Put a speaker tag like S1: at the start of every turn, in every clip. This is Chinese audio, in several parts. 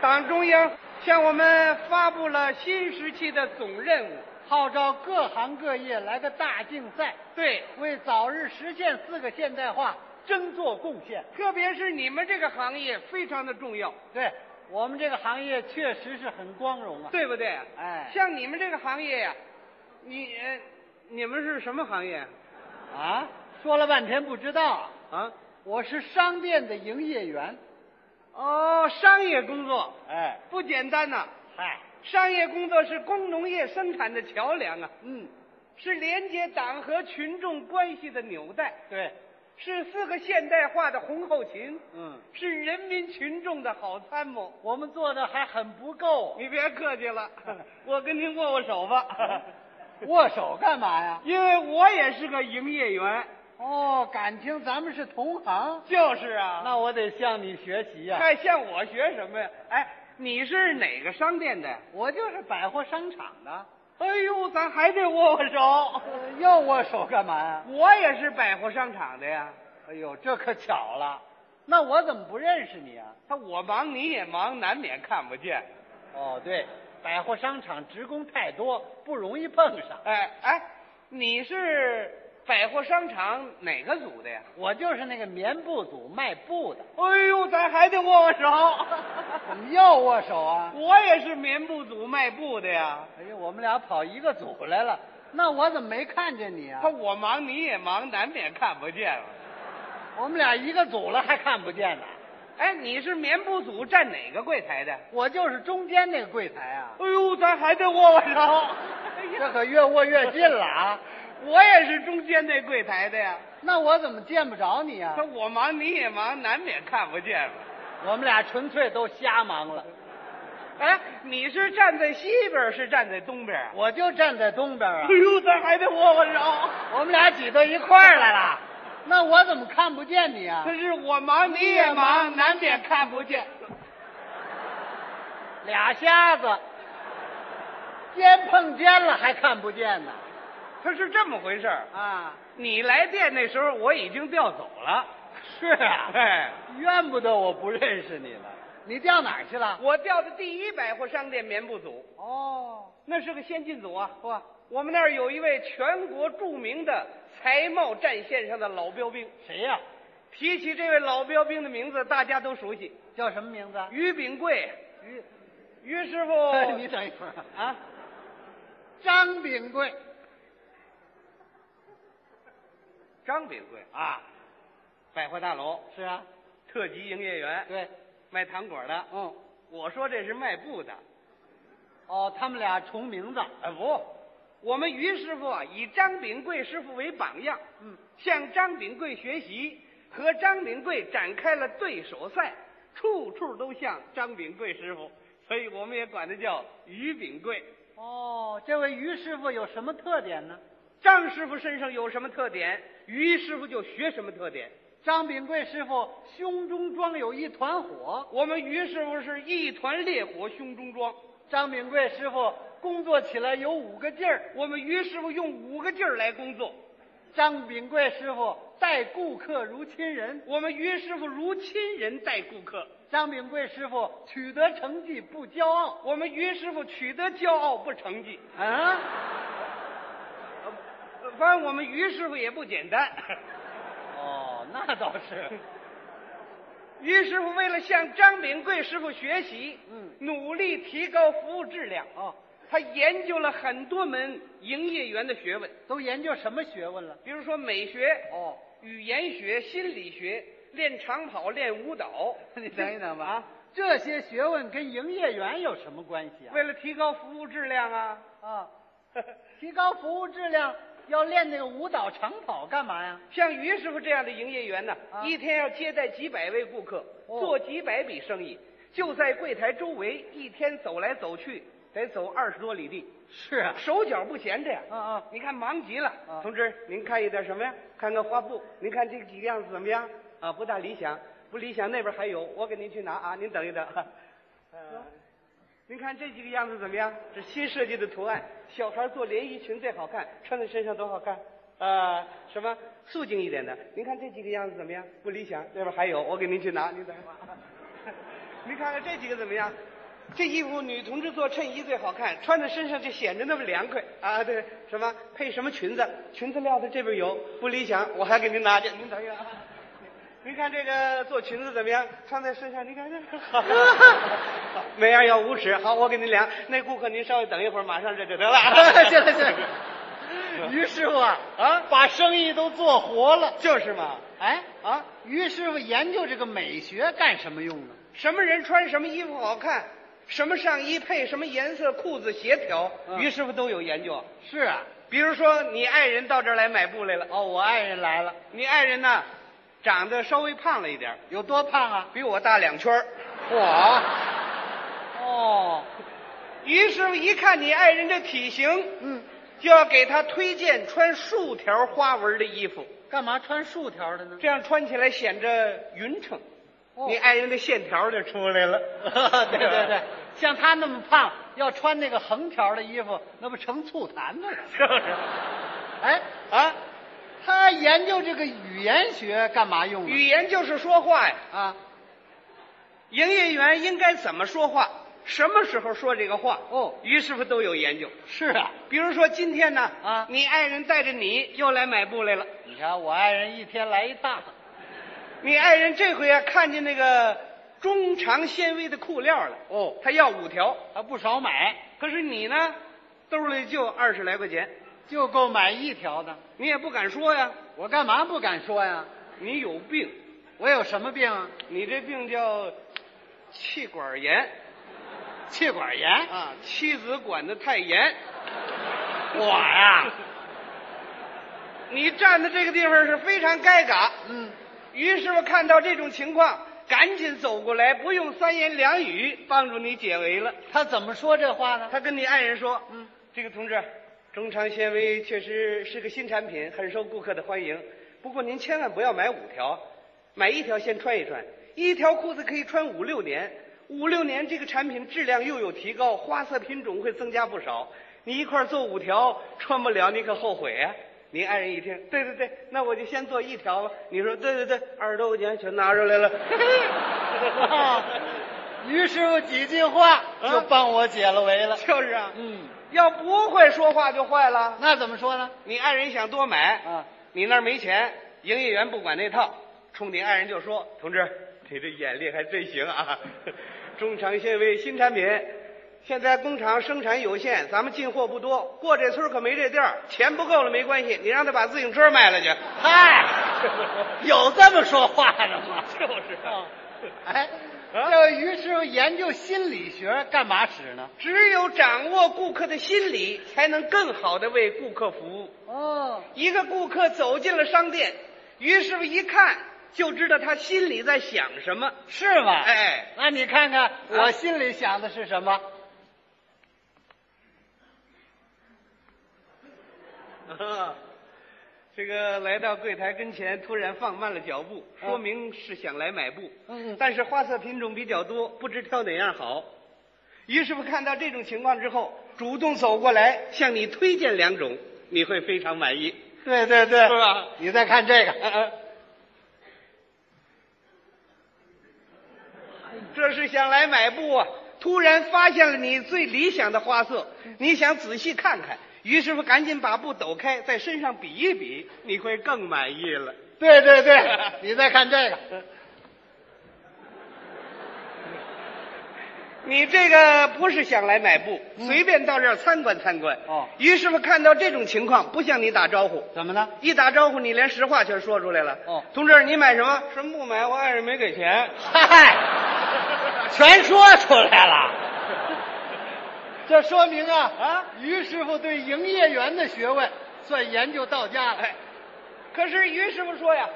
S1: 党中央向我们发布了新时期的总任务。
S2: 号召各行各业来个大竞赛，
S1: 对，
S2: 为早日实现四个现代化争做贡献。
S1: 特别是你们这个行业非常的重要，
S2: 对我们这个行业确实是很光荣啊。，
S1: 对不对？
S2: 哎
S1: 像你们这个行业呀，你呃你们是什么行业
S2: 啊，说了半天不知道啊，
S1: 啊？
S2: 我是商店的营业员。
S1: 哦，商业工作
S2: 哎，
S1: 不简单呐、
S2: 嗨，
S1: 商业工作是工农业生产的桥梁啊，
S2: 嗯，
S1: 是连接党和群众关系的纽带，
S2: 对，
S1: 是四个现代化的红后勤，
S2: 嗯，
S1: 是人民群众的好参谋。
S2: 我们做的还很不够。
S1: 你别客气了， 我跟您握握手吧，
S2: 握手干嘛呀？
S1: 因为我也是个营业员。
S2: 哦，感情咱们是同行，
S1: 就是啊
S2: 那我得向你学习呀、
S1: 还向我学什么呀？哎，你是哪个商店的？
S2: 我就是百货商场的，
S1: 哎呦，咱还得握握手。
S2: 呃要握手干嘛呀？
S1: 我也是百货商场的呀。
S2: 哎呦，这可巧了，那我怎么不认识你啊？
S1: 他我忙你也忙，难免看不见。
S2: 哦，对，百货商场职工太多，不容易碰上。
S1: 哎哎，你是百货商场哪个组的呀？
S2: 我就是那个棉布组卖布的，
S1: 哎呦，咱还得握握手。
S2: 怎么又握手啊？
S1: 我也是棉布组卖布的呀。
S2: 哎呦，我们俩跑一个组来了，那我怎么没看见你啊
S1: 他？我忙你也忙，难免看不见了。
S2: 我们俩一个组了还看不见呢？
S1: 哎，你是棉布组站哪个柜台的？
S2: 我就是中间那个柜台啊，
S1: 哎呦，咱还得握握手。
S2: 这可越握越近了啊！
S1: 哎我也是中间那柜台的呀。
S2: 那我怎么见不着你啊
S1: 他？我忙你也忙，难免看不见了。
S2: 我们俩纯粹都瞎忙了，
S1: 哎，你是站在西边儿，是站在东边儿啊？
S2: 我就站在东边啊
S1: 哎。呦，咱还得握握手。
S2: 我们俩挤到一块儿来了，那我怎么看不见你啊
S1: 可？是我忙你也忙，难免看不见。
S2: 俩瞎子，肩碰肩了还看不见呢？
S1: 他是这么回事儿。
S2: 啊，
S1: 你来电那时候，我已经调走了。
S2: 是啊，
S1: 哎，
S2: 怨不得我不认识你了。你调哪儿去了？
S1: 我调的第一百货商店棉布组，
S2: 哦，
S1: 那是个先进组啊。
S2: 嚯，
S1: 我们那儿有一位全国著名的才貌战线上的老标兵。
S2: 谁呀、
S1: 提起这位老标兵的名字，大家都熟悉，
S2: 叫什么名字？
S1: 于秉贵。
S2: 于，
S1: 于师
S2: 你
S1: 傅，
S2: 等一会儿
S1: 啊，
S2: 张炳贵
S1: 张秉贵，
S2: 啊，
S1: 百货大楼
S2: 是啊，
S1: 特级营业员，
S2: 对，
S1: 卖糖果的。
S2: 嗯，
S1: 我说这是卖布的，
S2: 哦，他们俩重名字，
S1: 哎不，我们于师傅啊，以张秉贵师傅为榜样，
S2: 嗯，
S1: 向张秉贵学习，和张秉贵展开了对手赛，处处都像张秉贵师傅，所以我们也管他叫于秉贵。
S2: 哦，这位于师傅有什么特点呢？
S1: 张师傅身上有什么特点，于师傅就学什么特点。
S2: 张炳贵师傅胸中装有一团火，
S1: 我们于师傅是一团烈火，胸中装。
S2: 张炳贵师傅工作起来有五个劲儿，
S1: 我们于师傅用五个劲儿来工作，
S2: 张炳贵师傅待顾客如亲人，
S1: 我们于师傅如亲人待顾客，
S2: 张炳贵师傅取得成绩不骄傲。
S1: 我们于师傅取得骄傲不成绩。
S2: 啊，
S1: 呃反正我们于师傅也不简单。
S2: 哦，那倒是，
S1: 于师傅为了向张炳贵师傅学习，
S2: 嗯，
S1: 努力提高服务质量，
S2: 哦，
S1: 他研究了很多门营业员的学问，
S2: 都研究什么学问了？
S1: 比如说美学、
S2: 哦，
S1: 语言学、心理学，练长跑、练舞蹈。
S2: 你等一等吧啊，这些学问跟营业员有什么关系啊？
S1: 为了提高服务质量啊，
S2: 啊，提高服务质量要练那个舞蹈长跑干嘛呀？
S1: 像于师傅这样的营业员呢，
S2: 啊
S1: 一天要接待几百位顾客，
S2: 哦
S1: 做几百笔生意，就在柜台周围一天走来走去，得走二十多里地，
S2: 是啊，
S1: 手脚不闲着呀。
S2: 啊啊。
S1: 你看忙极了，
S2: 啊
S1: 同志，您看一点什么呀？看看花布，您看这几个样子怎么样？啊，不大理想，不理想，那边还有，我给您去拿啊，您等一等。呃，您看这几个样子怎么样？这新设计的图案，小孩做连衣裙最好看，穿在身上多好看。呃，什么素净一点的？您看这几个样子怎么 样？不理想，那边还有，我给您去拿，您等一会儿啊。您看看这几个怎么样？这衣服女同志做衬衣最好看，穿在身上就显得那么凉快啊！对，什么配什么裙子，裙子料子这边有，不理想，我还给您拿去。您等一下啊，您看这个做裙子怎么样？穿在身上，您 看这好，每样要五尺。好，我给您量。那顾客您稍微等一会儿，马上这就得了。
S2: 行了行了，于师傅啊啊，把生意都做活了。
S1: 就是嘛，
S2: 哎，
S1: 啊，
S2: 于师傅研究这个美学干什么用啊？
S1: 什么人穿什么衣服好看，什么上衣配什么颜色，裤子协调，
S2: 嗯
S1: 于师傅都有研究。
S2: 是啊，
S1: 比如说，你爱人到这儿来买布来了，
S2: 哦，我爱人来了，
S1: 你爱人呢，长得稍微胖了一点儿，
S2: 有多胖啊？
S1: 比我大两圈儿
S2: 我，哦，
S1: 于师傅一看你爱人这体型，
S2: 嗯，
S1: 就要给他推荐穿竖条花纹的衣服，
S2: 干嘛穿竖条的呢？
S1: 这样穿起来显着匀称。
S2: 哦。
S1: 你爱人的线条就出来了
S2: 对对对，像他那么胖，要穿那个横条的衣服，那不成醋坛子了？
S1: 就是
S2: 哎，
S1: 啊，
S2: 他研究这个语言学干嘛 用
S1: 语
S2: 呢？
S1: 言就是说话呀。
S2: 啊，
S1: 营业员应该怎么说话，什么时候说这个话，
S2: 哦，
S1: 于师傅都有研究。
S2: 是啊，
S1: 比如说今天呢，
S2: 啊
S1: 你爱人带着你又来买布来了。
S2: 你瞧我爱人一天来一趟，
S1: 你爱人这回啊，看见那个中长纤维的裤料了，
S2: 哦，
S1: 他要五条。
S2: 还不少买，
S1: 可是你呢，兜里就二十来块钱，
S2: 就够买一条的。
S1: 你也不敢说呀，
S2: 我干嘛不敢说呀？
S1: 你有病，
S2: 我有什么病啊？
S1: 你这病叫气管炎
S2: 气管炎。
S1: 啊，妻子管得太严。
S2: 我呀、
S1: 你站的这个地方是非常该嘎。
S2: 嗯，
S1: 于师傅看到这种情况，赶紧走过来，不用三言两语帮助你解围了。
S2: 他怎么说这话呢？
S1: 他跟你爱人说：“
S2: 嗯，
S1: 这个同志，中长纤维确实是个新产品，很受顾客的欢迎。不过您千万不要买五条，买一条先穿一穿。一条裤子可以穿五六年，五六年这个产品质量又有提高，花色品种会增加不少。你一块儿做五条，穿不了你可后悔啊！”您爱人一听，对对对，那我就先做一条吧。你说对对对，二十多块钱全拿出来了。
S2: 嗯于师傅几句话
S1: 啊
S2: 就帮我解了围了。
S1: 就是啊，
S2: 嗯，
S1: 要不会说话就坏了。
S2: 那怎么说呢？
S1: 你爱人想多买，
S2: 啊，
S1: 你那儿没钱，营业员不管那套，冲你爱人就说：“同志，你这眼力还真行啊！ 中长纤维新产品，现在工厂生产有限，咱们进货不多，过这村儿可没这店儿，钱不够了没关系，你让他把自行车卖了去。
S2: 嗨，有这么说话的吗？
S1: 就是
S2: 啊，哎，
S1: 啊
S2: 这于师傅研究心理学干嘛使呢？
S1: 只有掌握顾客的心理，才能更好的为顾客服务。
S2: 哦，
S1: 一个顾客走进了商店，于师傅一看就知道他心里在想什么。
S2: 是吗？，
S1: 哎，
S2: 那你看看
S1: 啊
S2: 我心里想的是什么？
S1: 啊， 这个来到柜台跟前，突然放慢了脚步，
S2: 啊
S1: 说明是想来买布，
S2: 嗯
S1: 但是花色品种比较多，不知挑哪样好。于师傅看到这种情况之后，主动走过来向你推荐两种，你会非常满意，
S2: 对对对
S1: 是，吧？
S2: 你再看这个，
S1: 嗯嗯。这是想来买布啊！突然发现了你最理想的花色，你想仔细看看，于师傅赶紧把布抖开，在身上比一比，你会更满意了。
S2: 对对对， 你再看这个，
S1: 你这个不是想来买布，随便到这儿参观参观。
S2: 哦
S1: 于师傅看到这种情况，不向你打招呼，
S2: 怎么呢？
S1: 一打招呼你连实话全说出来了。
S2: 哦
S1: 同志，你买什么？什么不买？我爱人没给钱。
S2: 嗨，全说出来了。这说明啊啊，于师傅对营业员的学问算研究到家了。
S1: 哎，可是于师傅说呀，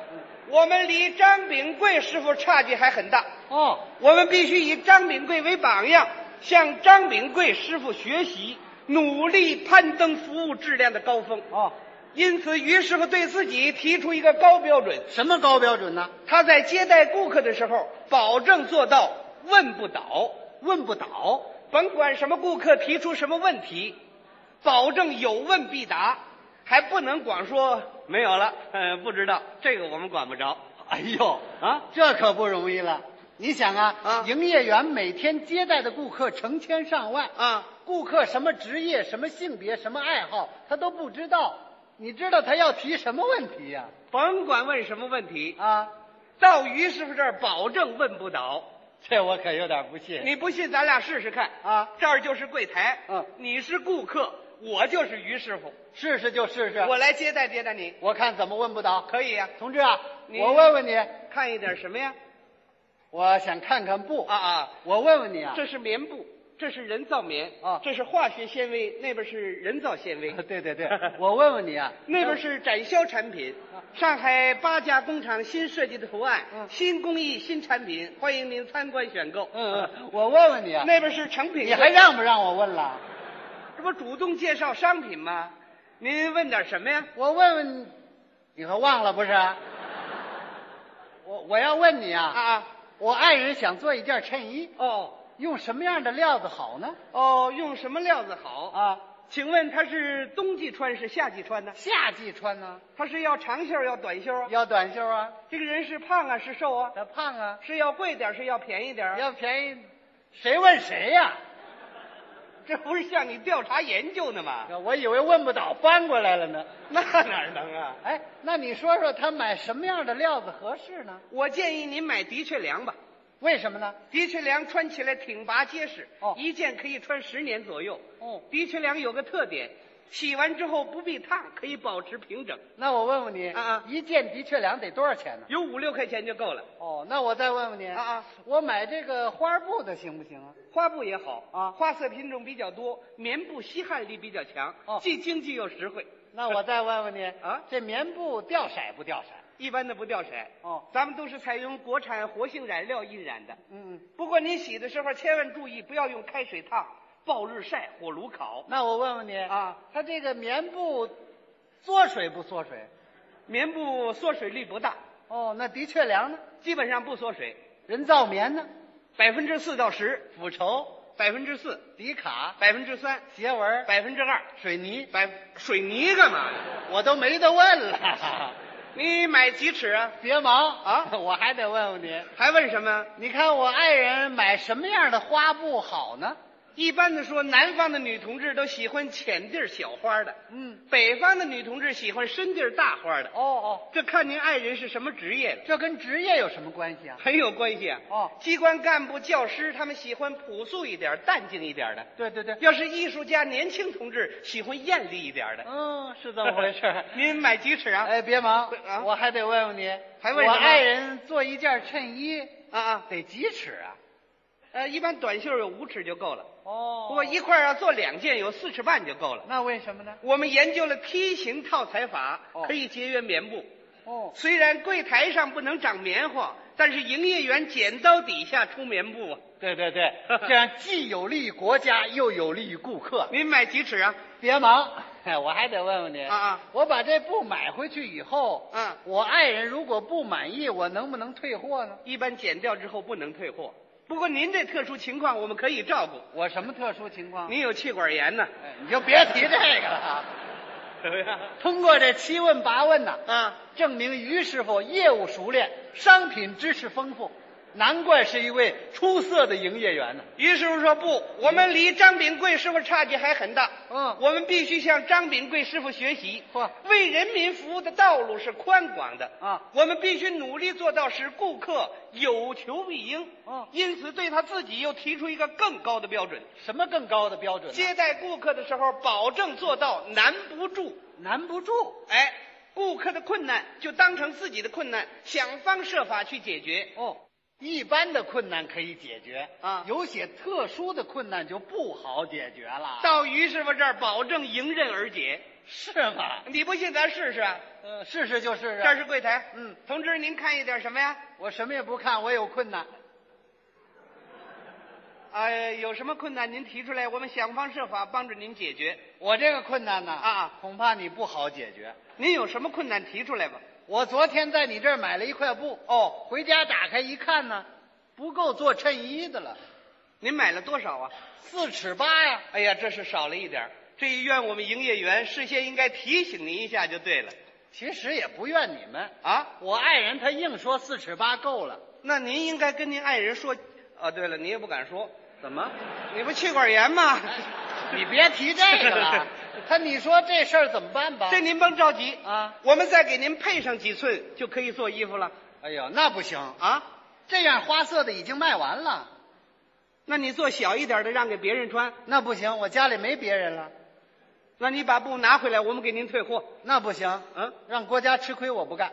S1: 我们离张炳贵师傅差距还很大，
S2: 哦，
S1: 我们必须以张炳贵为榜样，向张炳贵师傅学习，努力攀登服务质量的高峰。
S2: 哦，
S1: 因此，于师傅对自己提出一个高标准。
S2: 什么高标准呢？
S1: 他在接待顾客的时候，保证做到问不倒，
S2: 问不倒。
S1: 甭管什么顾客提出什么问题，保证有问必答，还不能光说没有了，呃，不知道，这个我们管不着
S2: 哎呦，
S1: 啊。
S2: 这可不容易了。你想啊，
S1: 啊
S2: 营业员每天接待的顾客成千上万，
S1: 啊，
S2: 顾客什么职业、什么性别、什么爱好，他都不知道。你知道他要提什么问题呀、
S1: 甭管问什么问题，
S2: 啊？
S1: 到于师傅这儿保证问不倒。
S2: 这我可有点不信。
S1: 你不信，咱俩试试看
S2: 啊
S1: 这儿就是柜台，
S2: 嗯
S1: 你是顾客，我就是于师傅，
S2: 试试就试试，
S1: 我来接待接待你，
S2: 我看怎么问不倒。
S1: 可以呀、
S2: 同志啊，
S1: 你
S2: 我问问你，
S1: 看一点什么呀？
S2: 我想看看布
S1: 啊，啊，
S2: 我问问你啊，
S1: 这是棉布，这是人造棉
S2: 啊
S1: 这是化学纤维，那边是人造纤 维，
S2: 对对对，我问问你 啊，
S1: 那边是展销产品。上海八家工厂新设计的图案，
S2: 嗯
S1: 新工艺、新产品，欢迎您参观选购。
S2: 嗯，嗯，我问问你啊，
S1: 那边是成品柜，
S2: 你还让不让我问了？
S1: 这不主动介绍商品吗？您问点什么呀？
S2: 我问问你，你还忘了不是？我我要问你啊，
S1: 啊，
S2: 我爱人想做一件衬衣，
S1: 哦
S2: 用什么样的料子好呢？
S1: 哦，用什么料子好？
S2: 啊，
S1: 请问他是冬季穿是夏季穿呢？
S2: 夏季穿呢？
S1: 他是要长袖要短袖啊？
S2: 要短袖啊，
S1: 这个人是胖啊是瘦啊？
S2: 他胖啊，
S1: 是要贵点儿是要便宜点儿啊？
S2: 要便宜，谁问谁呀、
S1: 这不是向你调查研究呢 吗？
S2: 我以为问不倒，翻过来了呢。
S1: 那哪儿能啊？
S2: 哎，那你说说他买什么样的料子合适呢？
S1: 我建议您买的确良吧，
S2: 为什么呢？
S1: 的确良穿起来挺拔结实，
S2: 哦
S1: 一件可以穿十年左右。
S2: 哦，
S1: 的确良有个特点，洗完之后不必烫，可以保持平整，
S2: 那我问问你，
S1: 啊啊
S2: 一件的确良得多少钱呢？
S1: 有五六块钱就够了。
S2: 哦，那我再问问你，
S1: 啊啊，
S2: 我买这个花布的行不行啊？
S1: 花布也好
S2: 啊
S1: 花色品种比较多，棉布吸汗力比较强，
S2: 哦
S1: 既经济又实惠。
S2: 那我再问问你，
S1: 啊
S2: 这棉布掉色不掉色？
S1: 一般的不掉色。
S2: 哦
S1: 咱们都是采用国产活性染料印染的。
S2: 嗯，嗯，
S1: 不过您洗的时候千万注意，不要用开水烫、暴日晒、火炉烤。
S2: 那我问问你
S1: 啊，
S2: 它这个棉布缩水不缩水？
S1: 棉布缩水率不大，
S2: 哦，那的确良呢？
S1: 基本上不缩水，
S2: 人造棉呢？
S1: 百分之四到十，
S2: 俯绸、
S1: 百分之四、
S2: 底卡、
S1: 百分之三、
S2: 斜纹、
S1: 百分之二，
S2: 水泥，
S1: 百水泥干嘛呀？
S2: 我都没得 问了。
S1: 你买几尺啊？
S2: 别忙
S1: 啊
S2: 我还得问问你，
S1: 还问什么？
S2: 你看我爱人买什么样的花布好呢？
S1: 一般的说，南方的女同志都喜欢浅地儿小花的，
S2: 嗯，
S1: 北方的女同志喜欢深地儿大花的。
S2: 哦哦，
S1: 这看您爱人是什么职业了，
S2: 这跟职业有什么关系啊？
S1: 很有关系啊。
S2: 哦
S1: 机关干部、教师他们喜欢朴素一点、淡静一点的；
S2: 对对对，
S1: 要是艺术家、年轻同志喜欢艳丽一点的。
S2: 嗯，是这么回 事。
S1: 您买几尺啊？
S2: 哎，别忙
S1: 啊，
S2: 我还得问问你，
S1: 还问什么
S2: 我爱人做一件衬衣
S1: 啊啊，
S2: 得几尺啊？
S1: 呃，一般短袖有五尺就够了，
S2: 哦
S1: 不过一块儿要做两件，有四尺半就够了。
S2: 那为什么呢？
S1: 我们研究了梯形套裁法
S2: 哦，
S1: 可以节约棉布。
S2: 哦，
S1: 虽然柜台上不能长棉花，但是营业员剪刀底下出棉布啊。
S2: 对对对，这 样既有利于国家，又有利于顾客。
S1: 您买几尺啊？
S2: 别忙，哎，我还得问问你
S1: 啊啊，
S2: 我把这布买回去以后，
S1: 嗯
S2: 我爱人如果不满意，我能不能退货呢？
S1: 一般剪掉之后不能退货。不过您这特殊情况我们可以照顾，
S2: 我什么特殊情况？
S1: 您有气管炎呢，
S2: 哎你就别提这个了。啊
S1: 怎么样？
S2: 通过这七问八问呐，
S1: 啊，
S2: 证明于师傅业务熟练，商品知识丰富，难怪是一位出色的营业员呢。
S1: 于师傅说不，我们离张炳贵师傅差距还很大。
S2: 嗯
S1: 我们必须向张炳贵师傅学习。
S2: 嚯
S1: 为人民服务的道路是宽广的
S2: 啊
S1: 我们必须努力做到使顾客有求必应。
S2: 哦
S1: 因此对他自己又提出一个更高的标准：
S2: 什么更高的标准呢？
S1: 接待顾客的时候，保证做到难不住。
S2: 难不住。
S1: 哎，顾客的困难就当成自己的困难，想方设法去解决。
S2: 哦，一般的困难可以解决
S1: 啊
S2: 有些特殊的困难就不好解决了，
S1: 到于师傅这儿，保证迎刃而解。
S2: 是吗？
S1: 你不信，咱试试啊！
S2: 呃，试试就试试。
S1: 这儿是柜台，
S2: 嗯，
S1: 同志，您看一点什么呀？
S2: 我什么也不看，我有困难。
S1: 呃，有什么困难您提出来，我们想方设法帮着您解决。
S2: 我这个困难呢，
S1: 啊
S2: 恐怕你不好解决。
S1: 您有什么困难提出来吧？
S2: 我昨天在你这儿买了一块布，
S1: 哦，
S2: 回家打开一看呢，不够做衬衣的了，
S1: 您买了多少啊？
S2: 四尺八呀。
S1: 哎呀，这是少了一点儿这一怨我们营业员事先应该提醒您一下就对了
S2: 其实也不怨你们，
S1: 啊。
S2: 我爱人她硬说四尺八够了，
S1: 那您应该跟您爱人说。哦，对了，你也不敢说，怎么？你不气管炎 吗？
S2: 你别提这个了，他你说这事儿怎么办吧？
S1: 这您甭着急
S2: 啊，
S1: 我们再给您配上几寸就可以做衣服了
S2: 哎呦，那不行，
S1: 啊。
S2: 这样花色的已经卖完了，
S1: 那你做小一点的让给别人穿，
S2: 那不行，我家里没别人了，
S1: 那你把布拿回来，我们给您退货。
S2: 那不行，
S1: 嗯，
S2: 让国家吃亏我不干。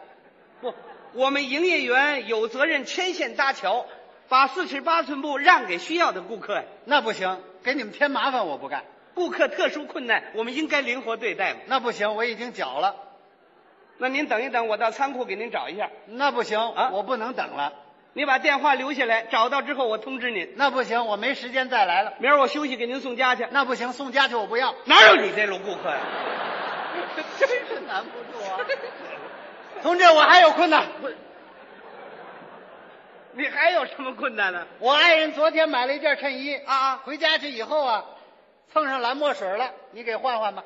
S1: 不，我们营业员有责任牵线搭桥，把四尺八寸布让给需要的顾客呀。
S2: 那不行，给你们添麻烦我不干。
S1: 顾客特殊困难，我们应该灵活对待嘛。
S2: 那不行，我已经缴了。
S1: 那您等一等，我到仓库给您找一下。
S2: 那不行，
S1: 啊
S2: 我不能等了。
S1: 你把电话留下来，找到之后我通知您。
S2: 那不行，我没时间再来了。
S1: 明儿我休息给您送家去。
S2: 那不行，送家去我不要。
S1: 哪有你这种顾客呀、
S2: 真是难不住 啊！同志，我还有困难。
S1: 你还有什么困难呢、
S2: 我爱人昨天买了一件衬衣，
S1: 啊？啊
S2: 回家去以后啊，蹭上蓝墨水了，你给换换吧。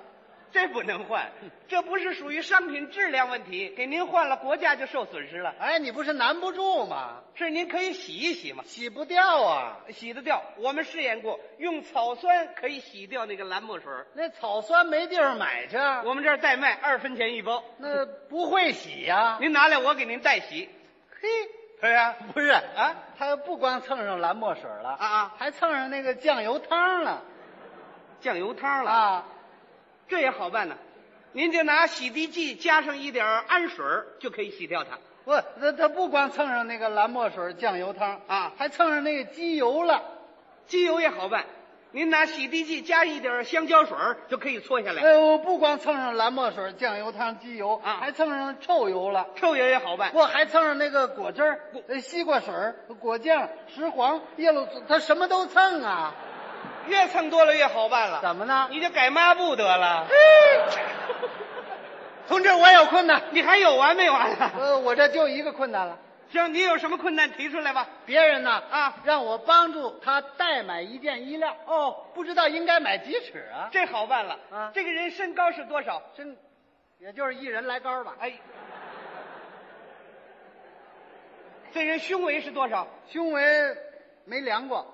S1: 这不能换，这不是属于商品质量问题，给您换了，国家就受损失了。
S2: 哎，你不是难不住吗？
S1: 是您可以洗一洗嘛，
S2: 洗不掉啊！
S1: 洗得掉。我们试验过，用草酸可以洗掉那个蓝墨水儿。
S2: 那草酸没地方买去，啊
S1: 我们这儿代卖，二分钱一包。
S2: 那不会洗呀、
S1: 您拿来，我给您代洗。
S2: 嘿，
S1: 对呀、
S2: 不是
S1: 啊
S2: 他不光蹭上蓝墨水了
S1: 啊啊
S2: 还蹭上那个酱油汤了
S1: 酱油汤了，
S2: 啊！
S1: 这也好办呢。您就拿洗涤剂加上一点儿氨水儿就可以洗掉它。
S2: 不，他他不光蹭上那个蓝墨水、酱油汤
S1: 啊
S2: 还蹭上那个机油了。
S1: 机油也好办，您拿洗涤剂加一点儿香蕉水儿就可以搓下来。
S2: 哎，我不光蹭上蓝墨水、酱油汤、机油
S1: 啊
S2: 还蹭上臭油了。
S1: 臭油也好办，
S2: 不，还蹭上那个果汁儿
S1: 果、
S2: 呃西瓜水儿、果酱、石黄、叶露子，他什么都蹭啊！
S1: 越蹭多了越好办了。
S2: 怎么呢？
S1: 啊你就改抹布得了。
S2: 同志，我有困难，
S1: 你还有完没完啊？
S2: 呃，我这就一个困难了。
S1: 行，你有什么困难提出来吧。
S2: 别人呢
S1: 啊
S2: 让我帮助他代买一件衣料，
S1: 哦，
S2: 不知道应该买几尺啊？
S1: 这好办了。
S2: 啊
S1: 这个人身高是多少？
S2: 真，也就是一人来高吧。
S1: 哎，这人胸围是多少？
S2: 胸围没量过，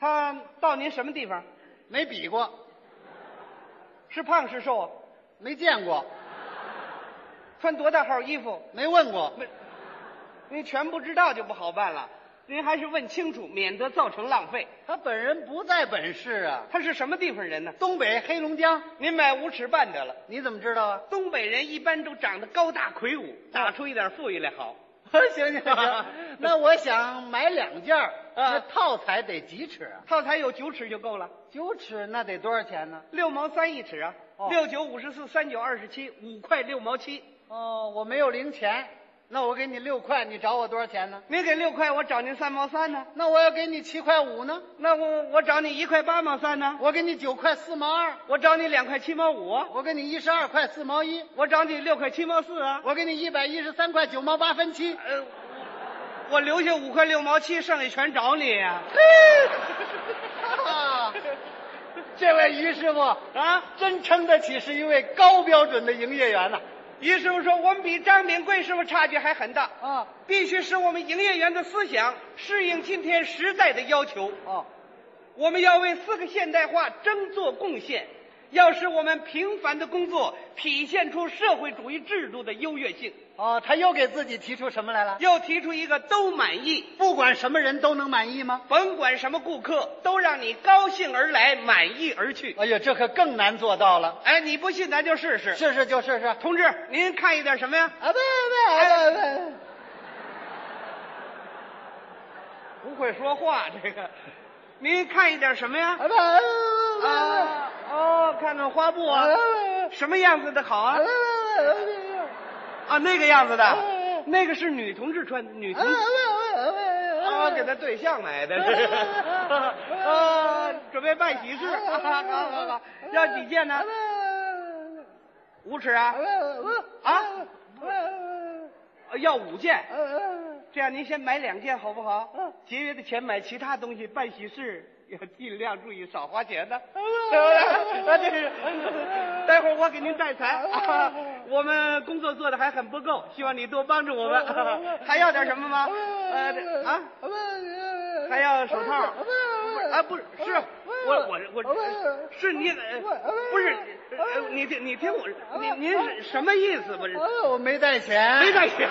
S1: 他到您什么地方？
S2: 没比过，
S1: 是胖是瘦啊？
S2: 没见过，
S1: 穿多大号衣服？
S2: 没问过。
S1: 您全不知道就不好办了。您还是问清楚，免得造成浪费。
S2: 他本人不在本市啊，
S1: 他是什么地方人呢？
S2: 东北黑龙江，
S1: 您买五尺半得了。
S2: 你怎么知道啊？
S1: 东北人一般都长得高大魁梧，打出一点富裕来好。
S2: 啊 行行行， 啊那我想买两件儿，那套材得几尺啊？
S1: 套餐有九尺就够了。
S2: 九尺那得多少钱呢？
S1: 六毛三一尺啊，
S2: 哦
S1: 六九五十四，三九二十七，五块六毛七。
S2: 哦，我没有零钱，那我给你六块，你找我多少钱呢？
S1: 您给六块，我找您三毛三呢。
S2: 那我要给你七块五呢，
S1: 那我我找你一块八毛三呢。
S2: 我给你九块四毛二，
S1: 我找你两块七毛五啊，
S2: 我给你一十二块四毛一，
S1: 我找你六块七毛四啊。
S2: 我给你一百一十三块九毛八分七。
S1: 呃，我我留下五块六毛七，剩下全找你呀、
S2: 啊这位于师傅
S1: 啊。
S2: 真称得起是一位高标准的营业员呐、
S1: 于师傅说，我们比张炳贵师傅差距还很大，
S2: 啊！啊
S1: 必须使我们营业员的思想适应今天时代的要求。
S2: 哦，
S1: 我们要为四个现代化争做贡献，要使我们平凡的工作体现出社会主义制度的优越性。
S2: 哦，他又给自己提出什么来了？
S1: 要提出一个都满意，
S2: 不管什么人都能满意吗？
S1: 甭管什么顾客，都让你高兴而来，满意而去。
S2: 哎呀，这可更难做到了。
S1: 哎，你不信，咱就试试。
S2: 试试就试试。啊
S1: 同志，您看一点什么呀？
S2: 不不不
S1: 不会说话，这个。您看一点什么呀
S2: 不不不？不不
S1: 啊，哦，看看花布
S2: 哎
S1: 啊，什么样子的好啊？啊，那个样子的，那个是女同志穿，女
S2: 哎
S1: 同志。啊，给他对象买的，啊，准备办喜
S2: 哎
S1: 事，好好好好，要几件呢？五尺
S2: 哎
S1: 啊，呃要五件，这样您先买两件好不好？节约的钱买其他东西，办喜事 要尽量注意
S2: 嗯
S1: 少花钱呢，对不对？啊，这是，待会儿我给您带财，啊 我们工作做的还很不够，希望你多帮助我们。 还要点什么吗？
S2: 嗯
S1: 呃这啊，还要手套？不
S2: 嗯
S1: 是啊，不是，是我我我是你呃不是
S2: 嗯
S1: 呃你听你听我，您您是什么意思？不是
S2: 我没带钱，
S1: 没带钱。